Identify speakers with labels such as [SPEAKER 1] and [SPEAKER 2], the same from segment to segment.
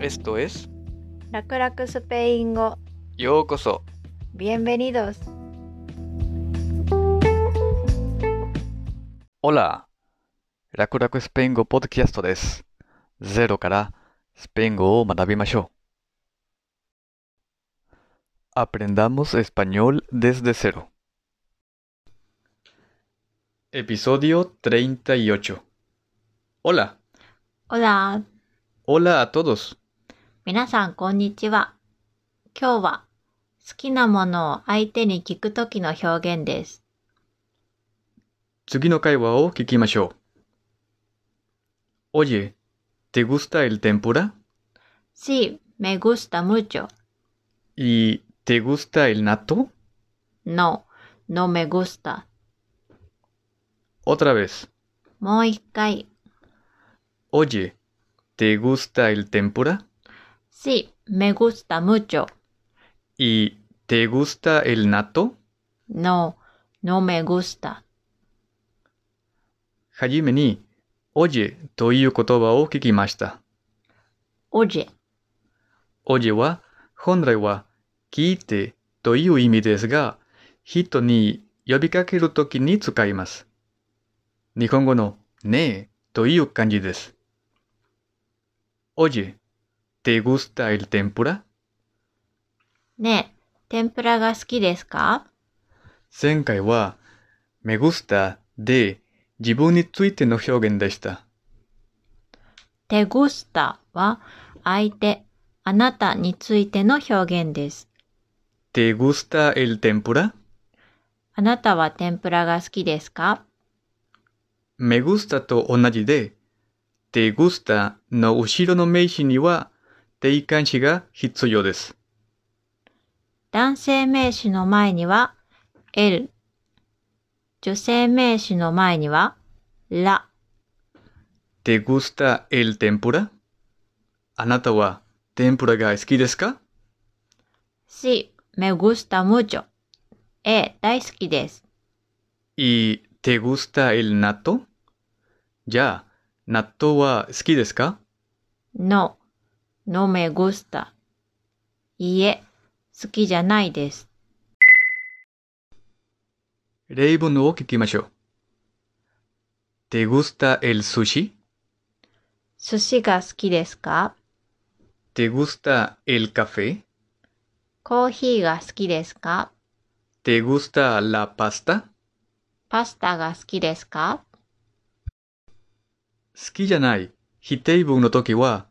[SPEAKER 1] Esto es
[SPEAKER 2] ラクラクスペイン語
[SPEAKER 1] ようこそ
[SPEAKER 2] Bienvenidos
[SPEAKER 1] Hola ラクラクスペイン語ポッドキャストですゼロからスペイン語を学びましょう Aprendamos español desde cero Episodio 38 Hola
[SPEAKER 2] ほら
[SPEAKER 1] Hola a todos
[SPEAKER 2] 皆さんこんにちは今日は好きなものを相手に聞くときの表現です
[SPEAKER 1] 次の会話を聞きましょう Oye, ¿te gusta el tempura?
[SPEAKER 2] Sí, me gusta mucho
[SPEAKER 1] ¿Y te gusta el natto?
[SPEAKER 2] No, no me gusta
[SPEAKER 1] Otra vez.
[SPEAKER 2] もう一回
[SPEAKER 1] Oye, ¿te gusta el tempura?
[SPEAKER 2] Sí, me gusta mucho
[SPEAKER 1] ¿Y te gusta el natto?
[SPEAKER 2] No, no me gusta
[SPEAKER 1] はじめに、oye という言葉を聞きました。
[SPEAKER 2] Oye
[SPEAKER 1] oye は、本来は、聞いてという意味ですが、人に呼びかけるときに使います。日本語のねえという感じです。oye, ¿te gusta el tempura?
[SPEAKER 2] ねえ、天ぷらが好きですか
[SPEAKER 1] 前回は、me gusta で自分についての表現でした。
[SPEAKER 2] Te gusta は相手、あなたについての表現です。
[SPEAKER 1] ¿Te gusta el tempura?
[SPEAKER 2] あなたは天ぷらが好きですか
[SPEAKER 1] me gusta と同じで、te gusta の後ろの名詞には定冠詞が必要です。
[SPEAKER 2] 男性名詞の前には L。女性名詞の前には La。
[SPEAKER 1] ¿Te gusta el tempura? あなたは天ぷらが好きですか
[SPEAKER 2] Si, me gusta mucho。A、大好きです。
[SPEAKER 1] ?y te gusta el natto? じゃあ、納豆は好きですか
[SPEAKER 2] No, no me gusta。いいえ、好きじゃないです。
[SPEAKER 1] 例文を聞きましょう。¿Te gusta el sushi?
[SPEAKER 2] 寿司が好きですか
[SPEAKER 1] ¿Te gusta el café?
[SPEAKER 2] コーヒーが好きですか
[SPEAKER 1] ¿Te gusta la pasta?
[SPEAKER 2] パスタが好きですか
[SPEAKER 1] 好きじゃない否定文の時は、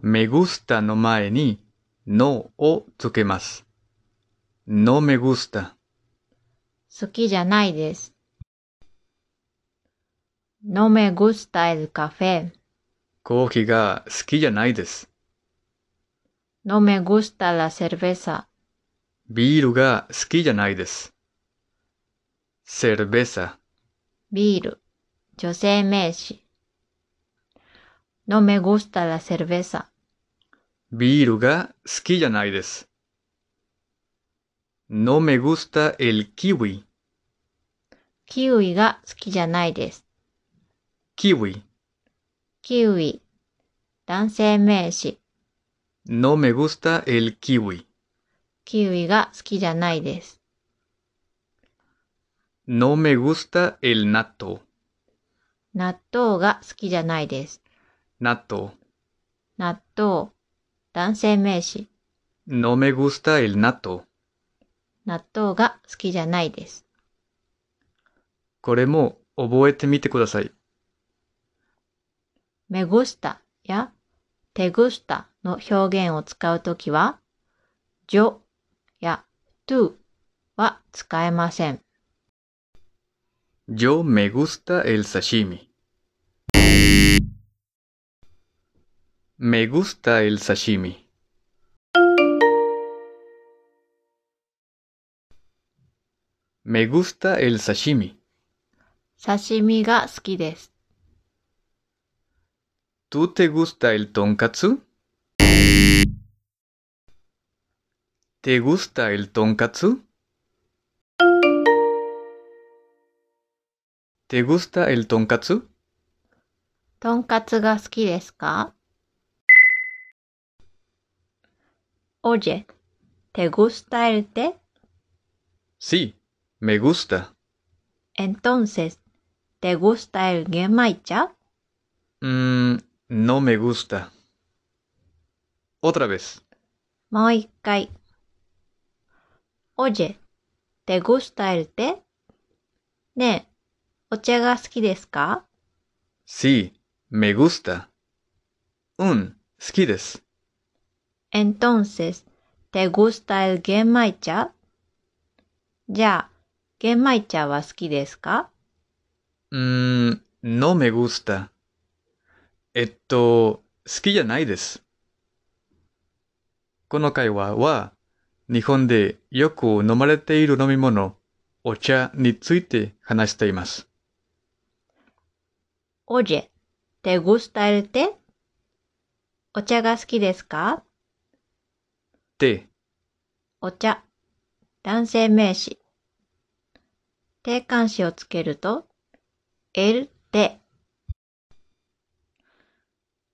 [SPEAKER 1] me gusta の前に no をつけます。no me gusta。
[SPEAKER 2] 好きじゃないです。No me gusta el café.
[SPEAKER 1] コーヒーが好きじゃないです。
[SPEAKER 2] No me gusta la cerveza.
[SPEAKER 1] ビールが好きじゃないです。cerveza。
[SPEAKER 2] ビール。女性名詞。No me gusta la cerveza.
[SPEAKER 1] ビールが好きじゃないです。no me gusta el kiwi。
[SPEAKER 2] キウイが好きじゃないです。
[SPEAKER 1] kiwi。
[SPEAKER 2] キウイ。男性名詞。
[SPEAKER 1] no me gusta el kiwi。
[SPEAKER 2] キウイが好きじゃないです。
[SPEAKER 1] no me gusta el natto。
[SPEAKER 2] 納豆が好きじゃないです。
[SPEAKER 1] 納豆。
[SPEAKER 2] 納豆。男性名詞。
[SPEAKER 1] no me gusta el natto。
[SPEAKER 2] 納豆が好きじゃないです。
[SPEAKER 1] これも覚えてみてください。
[SPEAKER 2] me gusta や te gusta の表現を使うときは、yo や tú は使えません。
[SPEAKER 1] Yo me gusta el sashimi. Me gusta el sashimi. め gusta el sashimi.
[SPEAKER 2] 刺身が好きです。
[SPEAKER 1] ¿Tú te gusta el tonkatsu? ¿Te gusta el tonkatsu? ¿Te gusta el tonkatsu?
[SPEAKER 2] とんかつが好きですか Oye, ¿te gusta el té?
[SPEAKER 1] Sí, me gusta.
[SPEAKER 2] Entonces, ¿te gusta el gemaicha?
[SPEAKER 1] Mm, no me gusta. Otra vez.
[SPEAKER 2] もう一回。Oye, ¿te gusta el té? ねえ、お茶が好きですか
[SPEAKER 1] Sí, me gusta. Un, 好きです。
[SPEAKER 2] Entonces, ¿te gusta el genmaicha? じゃあ、玄米茶は好きですか
[SPEAKER 1] Mm, no me gusta. えっと、好きじゃないです。この会話は、日本でよく飲まれている飲み物、お茶について話しています。
[SPEAKER 2] Oye, ¿te gusta el té? お茶が好きですか
[SPEAKER 1] で、
[SPEAKER 2] お茶。男性名詞。定冠詞をつけると、el で。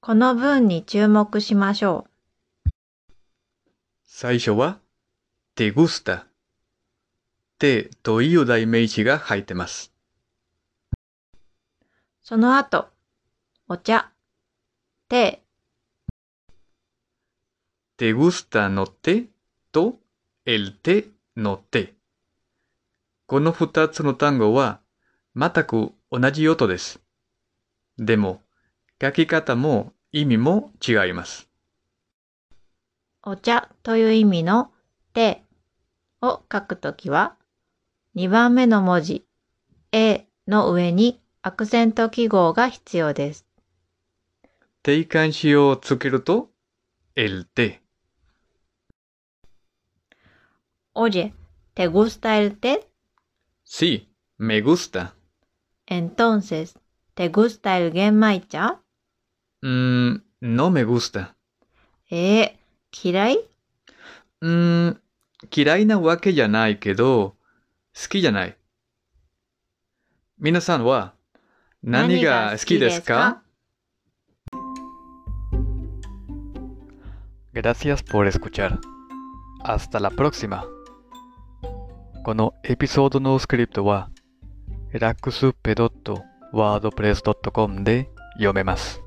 [SPEAKER 2] この文に注目しましょう。
[SPEAKER 1] 最初は、te gusta。てという代名詞が入ってます。
[SPEAKER 2] その後、お茶、て、
[SPEAKER 1] te gusta のてと el te のて。この二つの単語は全く同じ音です。でも、書き方も意味も違います。
[SPEAKER 2] お茶という意味のてを書くときは、2番目の文字、えの上にアクセント記号が必要です。
[SPEAKER 1] 定冠詞をつけると、el te。
[SPEAKER 2] Oye, ¿te gusta el té?
[SPEAKER 1] Sí, me gusta.
[SPEAKER 2] Entonces, ¿te gusta el genmaicha?
[SPEAKER 1] うーん、no me gusta.
[SPEAKER 2] えー、嫌いう
[SPEAKER 1] ーん、嫌いなわけじゃないけど、好きじゃない。皆さんは何が好きですか Gracias por escuchar. Hasta la próxima. このエピソードのスクリプトは raxup.wordpress.com で読めます。